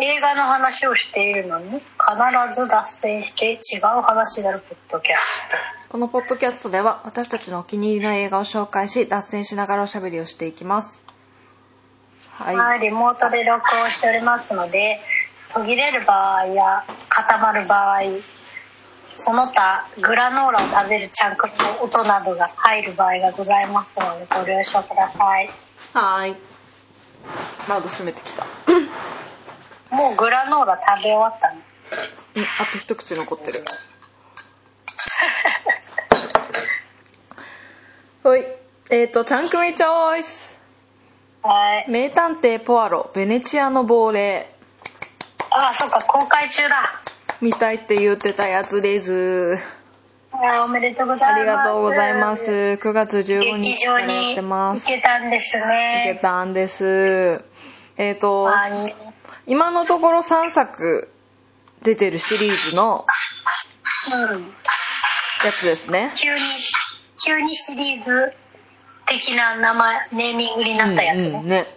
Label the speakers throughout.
Speaker 1: 映画の話をしているのに必ず脱線して違う話になるポッドキャス
Speaker 2: このポッドキャストでは私たちのお気に入りの映画を紹介し脱線しながらおしゃべりをしていきますは
Speaker 1: ト、
Speaker 2: い、
Speaker 1: はい、リモートで録音しておりますので途切れる場合や固まる場合その他グラノーラを食べるちゃんこの音などが入る場合がございますのでご了承ください
Speaker 2: はーい窓閉めてきた
Speaker 1: もうグラノーラ食べ終わったの
Speaker 2: うんあと一口残 ってるほいえっ、ー、とちゃんくみチョイス
Speaker 1: はい
Speaker 2: 名探偵ポアロベネチアの亡霊
Speaker 1: あそっか公開中だ
Speaker 2: 見たいって言ってたやつです
Speaker 1: あおめでとうございます
Speaker 2: ありがとうございます9月15
Speaker 1: 劇
Speaker 2: 日
Speaker 1: 場
Speaker 2: から
Speaker 1: に
Speaker 2: やってま
Speaker 1: 行
Speaker 2: す
Speaker 1: けたんですね
Speaker 2: いけたんですえっ、ー、と
Speaker 1: はい
Speaker 2: 今のところ3作出てるシリーズの
Speaker 1: うん
Speaker 2: やつですね
Speaker 1: 急に急にシリーズ的な名前ネーミングになったやつ
Speaker 2: うんうん
Speaker 1: ね、
Speaker 2: ね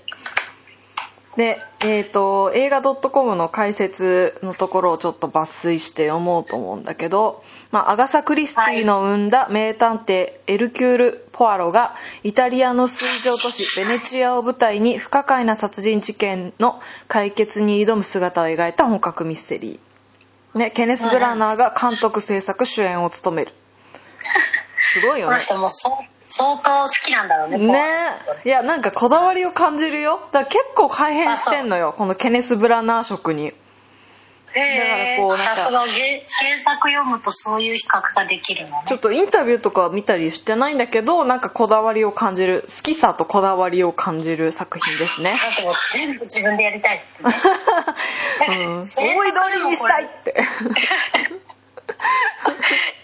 Speaker 2: でえっ、と映画 .com の解説のところをちょっと抜粋して読もうと思うんだけど、まあ、アガサ・クリスティの生んだ名探偵エルキュール・ポアロがイタリアの水上都市ベネチアを舞台に不可解な殺人事件の解決に挑む姿を描いた本格ミステリー、ね、ケネス・ブラナーが監督制作主演を務 めるすごいよ
Speaker 1: この
Speaker 2: ね
Speaker 1: 人もそう相当好きなんだろうねこう
Speaker 2: ねいやなんかこだわりを感じるよだから結構改変してんのよこのケネス・ブラナー色に
Speaker 1: へえ
Speaker 2: だからこうなんか
Speaker 1: さすが原原作読むとそういう比較ができるの
Speaker 2: ち
Speaker 1: ね
Speaker 2: ょっとインタビューとかは見たりしてないんだけどなんかこだわりを感じる好きさとこだわりを感じる作品ですね
Speaker 1: だってもう全部自分でやりたい ってね
Speaker 2: うん思い
Speaker 1: 制
Speaker 2: 通
Speaker 1: 作
Speaker 2: りにしたいって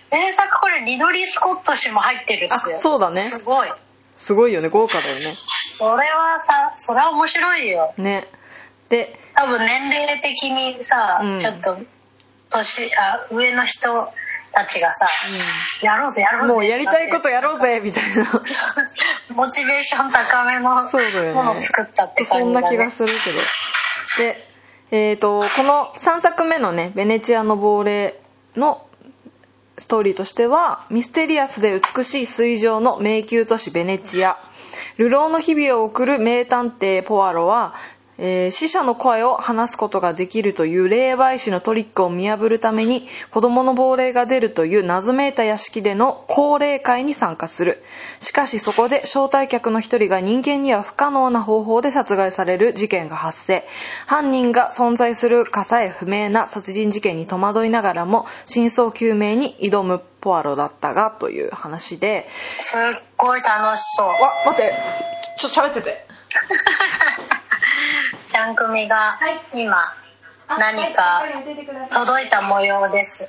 Speaker 1: 原作これリドリー・スコット氏も入ってるっすよ
Speaker 2: あそうだね
Speaker 1: すごい
Speaker 2: すごいよね豪華だよね
Speaker 1: それはさそれは面白いよ
Speaker 2: ねで
Speaker 1: 多分年齢的にさ、
Speaker 2: うん
Speaker 1: ちょっと年あ上の人たちがさ、やろうぜやろうぜ
Speaker 2: もうやりたいことやろうぜみたいな
Speaker 1: モチベーション高めの
Speaker 2: そうだよね
Speaker 1: ものを作ったって
Speaker 2: そ
Speaker 1: 感じ
Speaker 2: ん
Speaker 1: だ、ね、
Speaker 2: な気がするけどでえー、とこの3作目のね「ベネチアの亡霊」のストーリーとしてはミステリアスで美しい水上の迷宮都市ベネチア流浪の日々を送る名探偵ポアロは、えー死者の声を話すことができるという霊媒師のトリックを見破るために子供の亡霊が出るという謎めいた屋敷での高霊会に参加するしかしそこで招待客の一人が人間には不可能な方法で殺害される事件が発生犯人が存在するかさえ不明な殺人事件に戸惑いながらも真相究明に挑むポアロだったがという話です
Speaker 1: っごい楽しそう
Speaker 2: わ待ってちょっと喋ってて
Speaker 1: ちゃん組が今何か届いた模様です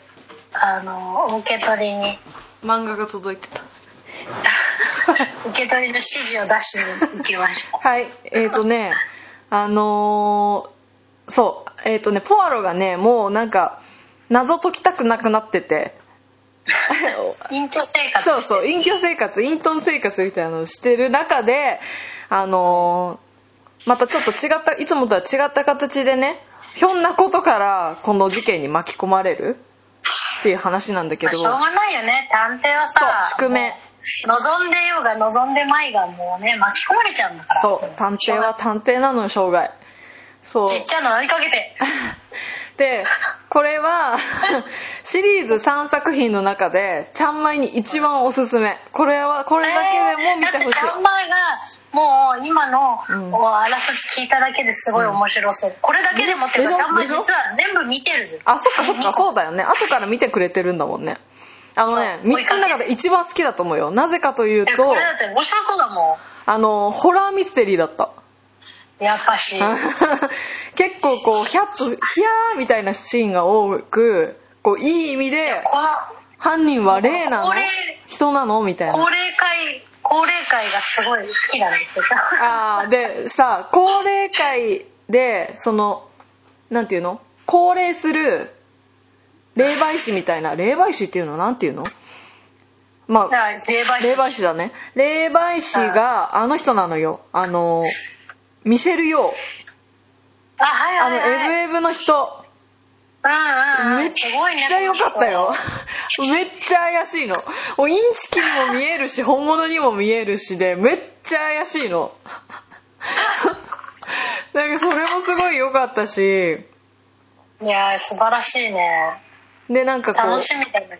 Speaker 1: あの受け取りに
Speaker 2: 漫画が届いてた
Speaker 1: 受け取りの指示を出しに行きま した
Speaker 2: はいえっ、ー、とねあのーそうえっ、ー、とねポアロがねもうなんか謎解きたくなくなっ てて
Speaker 1: 隠居生活
Speaker 2: そうそう隠居生活隠遁生活みたいなのをしてる中であのーまたちょっと違ったいつもとは違った形でねひょんなことからこの事件に巻き込まれるっていう話なんだけ
Speaker 1: まあ
Speaker 2: ど
Speaker 1: しょうがないよね探偵は
Speaker 2: そ
Speaker 1: さ
Speaker 2: う宿命
Speaker 1: もう望んでようが望んでまいがもうね巻き込まれちゃうんだから
Speaker 2: そう探偵は探偵なのよ生涯そう
Speaker 1: ちっちゃな追いかけて
Speaker 2: でこれは シリーズ3作品の中でちゃんまいに一番おすすめこれはこ
Speaker 1: こ
Speaker 2: れだけでも見てほしい、
Speaker 1: だって3枚がもう今の、
Speaker 2: うん
Speaker 1: おあらすじ聞いただけですごい面白そう、これだけでもって
Speaker 2: でしょ
Speaker 1: ちゃんまい
Speaker 2: でし
Speaker 1: 実
Speaker 2: ょ
Speaker 1: は全部見てるぜ
Speaker 2: あ、そっかそっか、そう
Speaker 1: う
Speaker 2: だよね。後から見てくれてるんだもんね。あのね、
Speaker 1: そう
Speaker 2: 3つの中で一番好きだと思うよ。なぜかというと
Speaker 1: こ、れだって面白そうだも
Speaker 2: あの、ホラーミステリーだった。
Speaker 1: んやっぱし
Speaker 2: 結構こう、ヒャッと、ヒヤーみたいなシーンが多く、こう、いい意味で、
Speaker 1: この
Speaker 2: 犯人は霊なの
Speaker 1: これ
Speaker 2: 人なのみたいな。
Speaker 1: 高齢会高齢会がすごい好きなんですよ
Speaker 2: あーで、さ、高齢会で、その、なんていうの高齢する霊媒師みたいな、霊媒師っていうのなんていうのまあ
Speaker 1: だ、から霊媒師
Speaker 2: 霊媒師だね霊媒師があの人なのよあのミシェル・ヨー
Speaker 1: あはい
Speaker 2: あ
Speaker 1: は
Speaker 2: の
Speaker 1: い、
Speaker 2: エ
Speaker 1: はい、
Speaker 2: ブエブの人
Speaker 1: うんうんう
Speaker 2: めっ
Speaker 1: ん。すごいね。
Speaker 2: ちゃ良かったよ
Speaker 1: この
Speaker 2: めっちゃ怪しいのもうインチキにも見え るし本物にも見えるしでめっちゃ怪しいのなんかそれもすごい良かったし
Speaker 1: 人。いやー、素晴らしいね。
Speaker 2: でなんかこう
Speaker 1: 楽しみだね。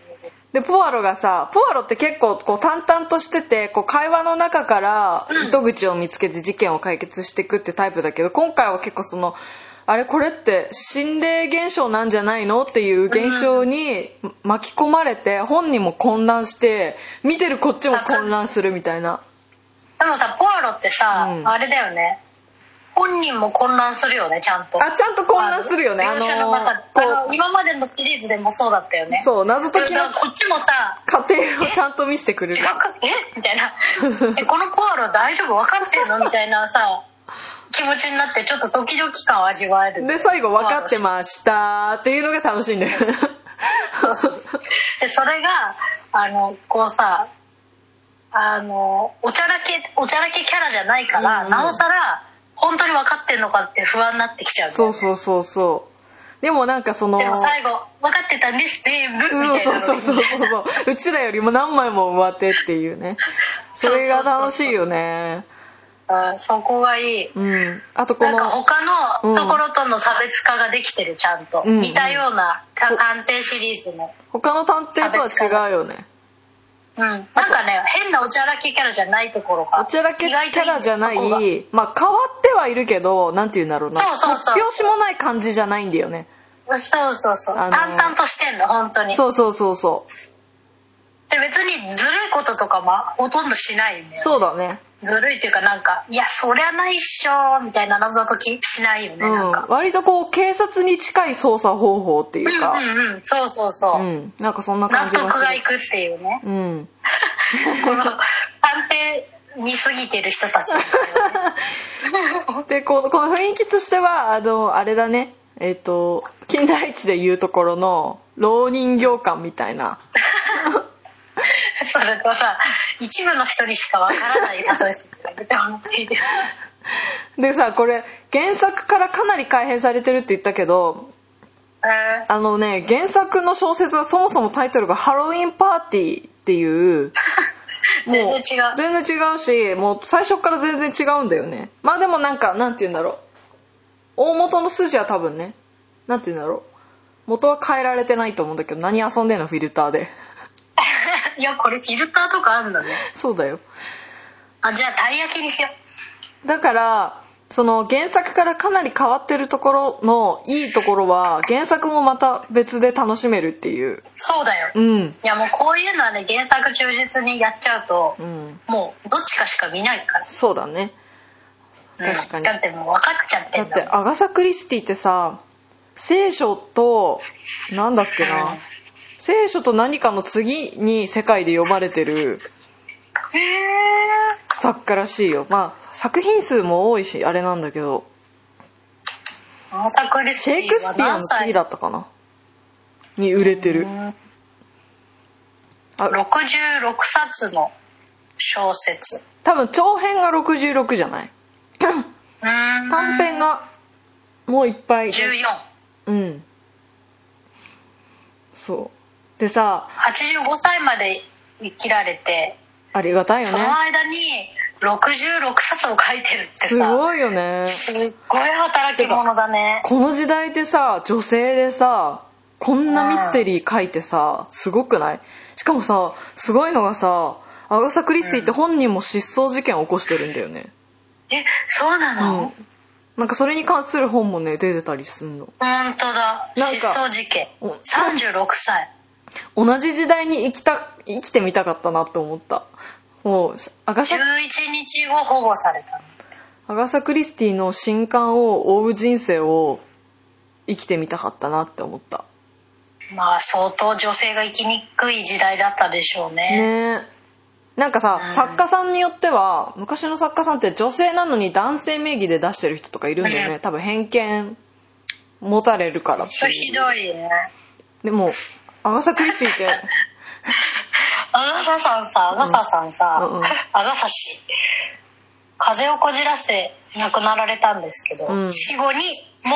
Speaker 2: でポアロがさポアロって結構こう淡々としててこう会話の中から
Speaker 1: うん
Speaker 2: 糸口を見つけて事件を解決していくってタイプだけど今回は結構そのあれこれって心霊現象なんじゃないのっていう現象に巻き込まれて本人も混乱して見てるこっちも混乱するみたいな
Speaker 1: でもさ、ポアロってさ、
Speaker 2: うん
Speaker 1: あれだよね。本人も混乱するよね、ちゃんと。
Speaker 2: あちゃんと混乱するよね
Speaker 1: あ
Speaker 2: あ
Speaker 1: の
Speaker 2: の
Speaker 1: 描写の中であの
Speaker 2: こ
Speaker 1: 今までのシリーズでもそうだったよね。
Speaker 2: うそう謎解きの
Speaker 1: だからこっちもさ、
Speaker 2: 過程をちゃんと見せてくれ
Speaker 1: 違
Speaker 2: る
Speaker 1: うか、えみたい な。え、このポアロ大丈夫分かってんのみたいなさ、気持ちになって、ちょっとドキドキ感を味わえる。
Speaker 2: で最後分かってましたっていうのが楽しいんだよね
Speaker 1: でそれがあのこうさあのおちゃらけおちゃらけキャラじゃないから、
Speaker 2: うん
Speaker 1: なおさら本当に分かってんのかって不安になってきちゃうね、
Speaker 2: そうそうそうそうでもなんかその
Speaker 1: でも最後分かってたんです全部みたいなの
Speaker 2: うん
Speaker 1: に
Speaker 2: そうそうそうそうそううちらよりも何枚も上手っていうねそれが楽しいよね
Speaker 1: うんそこがいい
Speaker 2: うんあとこ
Speaker 1: なんか
Speaker 2: の
Speaker 1: 他
Speaker 2: う
Speaker 1: の
Speaker 2: ん
Speaker 1: ところとの差別化ができてるちゃんと、
Speaker 2: うん
Speaker 1: 似たような探偵シリーズの
Speaker 2: 他の探偵とは違うよね
Speaker 1: うんなんかね変なおちゃらけキャラじゃないところが
Speaker 2: おちゃらけキャラじゃない
Speaker 1: 意外といいんだよ
Speaker 2: まあ変わってはいるけどなんて言うんだろうな
Speaker 1: そうそうそう
Speaker 2: 突拍子もない感じじゃないんだよね
Speaker 1: そこがそうそうそう、
Speaker 2: あの
Speaker 1: 淡々としてんの本当に
Speaker 2: そうそうそうそう
Speaker 1: で別にずるいこととかもほとんどしないよね
Speaker 2: そうだね
Speaker 1: ずるいっていうかなんか「いやそりゃないっしょ」みたいな謎解きしないよね、
Speaker 2: う
Speaker 1: なん
Speaker 2: ん
Speaker 1: か
Speaker 2: 割とこう警察に近い捜査方法って
Speaker 1: う
Speaker 2: いうんか
Speaker 1: うんうんそうそうそう、
Speaker 2: うんなんかそんな
Speaker 1: 納
Speaker 2: 感じが
Speaker 1: 得
Speaker 2: す
Speaker 1: がい
Speaker 2: る
Speaker 1: くっていうね
Speaker 2: うん
Speaker 1: この探偵見すぎてる人たち、
Speaker 2: でこのこの雰囲気としてはあのあれだねえっ、と金田一でいうところの浪人業感みたいな
Speaker 1: それとさ一部の人にしかわからない例えすぎてもらっていいですか
Speaker 2: でさこれ原作からかなり改変されてるって言ったけど
Speaker 1: え
Speaker 2: あのね原作の小説はそもそもタイトルが「ハロウィンパーティー」って いう
Speaker 1: ー全然違う
Speaker 2: 全然違うしもう最初から全然違うんだよねまあでもなんかなんて言うんだろう大元の筋は多分ねなんて言うんだろう元は変えられてないと思うんだけど何遊んでんのフィルターで
Speaker 1: いやこれフィルターとかあるんだね
Speaker 2: そうだよ
Speaker 1: あじゃあたい焼きにしよ
Speaker 2: だからその原作からかなり変わってるところのいいところは原作もまた別で楽しめるっていう
Speaker 1: うそうだよ
Speaker 2: うん
Speaker 1: いやもうこういうのはね原作忠実にやっちゃうと、
Speaker 2: うん
Speaker 1: もうどっちかしか見ないから、
Speaker 2: そうだね
Speaker 1: うん
Speaker 2: 確かに
Speaker 1: だってもう分かっちゃって
Speaker 2: だ
Speaker 1: ん
Speaker 2: っ
Speaker 1: だ
Speaker 2: てアガサ・クリスティってさ聖書となんだっけ
Speaker 1: う
Speaker 2: なん聖書と何かの次に世界で呼ばれてる
Speaker 1: へえ
Speaker 2: 作家らしいよまあ作品数も多いしあれなんだけど
Speaker 1: 大作リス
Speaker 2: シェイクスピアの次だったかなに売れてるあ
Speaker 1: 66冊の小説う
Speaker 2: 多分長編が66じゃない
Speaker 1: ーん
Speaker 2: 短編がもういっぱい
Speaker 1: 1485
Speaker 2: うんそうでさ
Speaker 1: 歳まで生きられて、
Speaker 2: ありがたいよ
Speaker 1: その
Speaker 2: ね
Speaker 1: 間に66冊を書いてるってさ
Speaker 2: すごいよね
Speaker 1: すっごい働き者だね
Speaker 2: この時代でさ女性でさこんなミステリー書いてさすごくないしかもさすごいのがさアガサ・クリスティって本人も失踪事件を起こしてるんだよね
Speaker 1: えそうな
Speaker 2: う
Speaker 1: の、
Speaker 2: んなんかそれに関する本もね出てたりすんの
Speaker 1: 本当だ
Speaker 2: なんか
Speaker 1: 失踪事件
Speaker 2: お
Speaker 1: 36歳
Speaker 2: 同じ時代に生きた生きてみたかったなと思ったもうアガサ
Speaker 1: 11日後保護された
Speaker 2: アガサ・クリスティの新刊を追う人生を生きてみたかったなって思った
Speaker 1: まあ相当女性が生きにくい時代だったでしょうね
Speaker 2: ねえなんかさ、
Speaker 1: うん
Speaker 2: 作家さんによっては昔の作家さんって女性なのに男性名義で出してる人とかいるんだよね、
Speaker 1: うん
Speaker 2: 多分偏見持たれるからって
Speaker 1: それ
Speaker 2: い
Speaker 1: ひ
Speaker 2: う
Speaker 1: どいね
Speaker 2: でもアガサ・クリスティって
Speaker 1: アガサさんさアガサさんさ、
Speaker 2: うんうん
Speaker 1: アガサ氏風邪をこじらせ亡くなられたんですけど、
Speaker 2: うん
Speaker 1: 死後にもう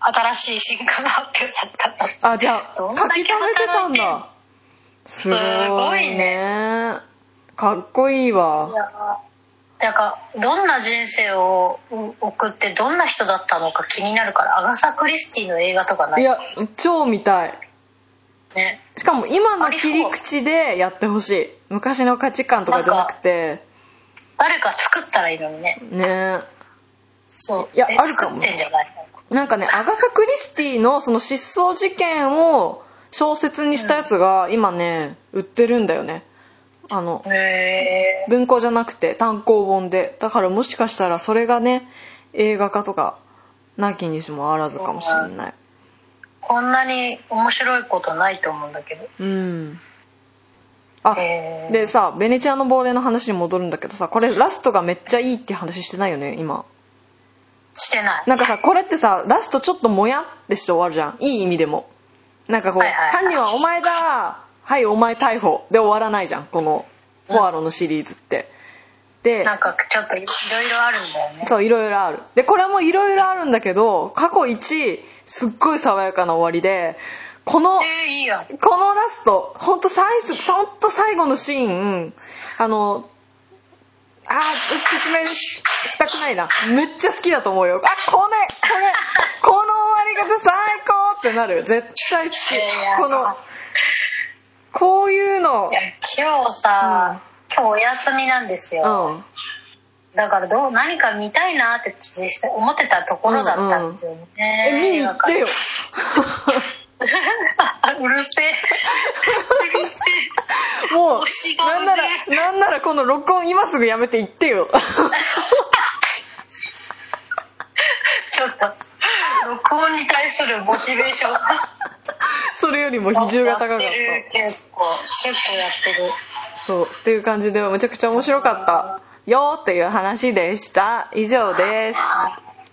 Speaker 1: 新しい新刊が発表されたの
Speaker 2: あじゃあ
Speaker 1: どんだ
Speaker 2: 書
Speaker 1: け
Speaker 2: き溜めてたんだす
Speaker 1: いてん
Speaker 2: ご
Speaker 1: の
Speaker 2: いねかっこいいわ
Speaker 1: いやだからどんな人生を送ってどんな人だったのか気になるからアガサ・クリスティの映画とかないい
Speaker 2: や超見たい
Speaker 1: ね
Speaker 2: しかも今
Speaker 1: あ
Speaker 2: の
Speaker 1: りそう
Speaker 2: 切り口でやってほしい昔の価値観とかじゃなくて
Speaker 1: 誰か作ったらいいのにね
Speaker 2: ね
Speaker 1: そう
Speaker 2: いや
Speaker 1: え
Speaker 2: あるかも
Speaker 1: 作ってんじゃない
Speaker 2: なんかねアガサ・クリスティのその失踪事件を小説にしたやつが今ね売ってるんだよねあの
Speaker 1: へえ
Speaker 2: 文庫じゃなくて単行本でだからもしかしたらそれがね映画化とかなきにしもあらずかもしれない
Speaker 1: こんなに面白いことないと思うんだけど
Speaker 2: うんあ
Speaker 1: へー
Speaker 2: でさベネチアの亡霊の話に戻るんだけどさこれラストがめっちゃいいって話してないよね今
Speaker 1: してない
Speaker 2: なんかさこれってさラストちょっともやってして終わるじゃんいい意味でもなんかこう、
Speaker 1: はいはいはい
Speaker 2: 犯人はお前だはいお前逮捕で終わらないじゃんこのポアロのシリーズってで
Speaker 1: なんかちょっといろいろあるんだよね
Speaker 2: そういろいろあるでこれもいろいろあるんだけど過去一すっごい爽やかな終わりでこの
Speaker 1: えーいいや
Speaker 2: このラスト本当最初本当最後のシーンあのあー説明したくないなめっちゃ好きだと思うよあこれこれこの終わり方最高ってなる絶対好き
Speaker 1: いやいや
Speaker 2: このこういうの
Speaker 1: いや今日さ、今日お休みなんですよ、
Speaker 2: うん
Speaker 1: だからどう何か見たいなって実際思ってたところだったんですよね、
Speaker 2: え見に行ってよ
Speaker 1: うるせえうるせ
Speaker 2: もう
Speaker 1: 推しが
Speaker 2: なん
Speaker 1: ね
Speaker 2: ならなんならこの録音今すぐやめて行っ てよ
Speaker 1: えちょっと録音に対するモチベーションが
Speaker 2: それよりも 比重が高かっ
Speaker 1: やってる
Speaker 2: た
Speaker 1: 結構結構やってる
Speaker 2: そうっていう感じでめちゃくちゃ面白かったよーっていう話でした以上です
Speaker 1: はい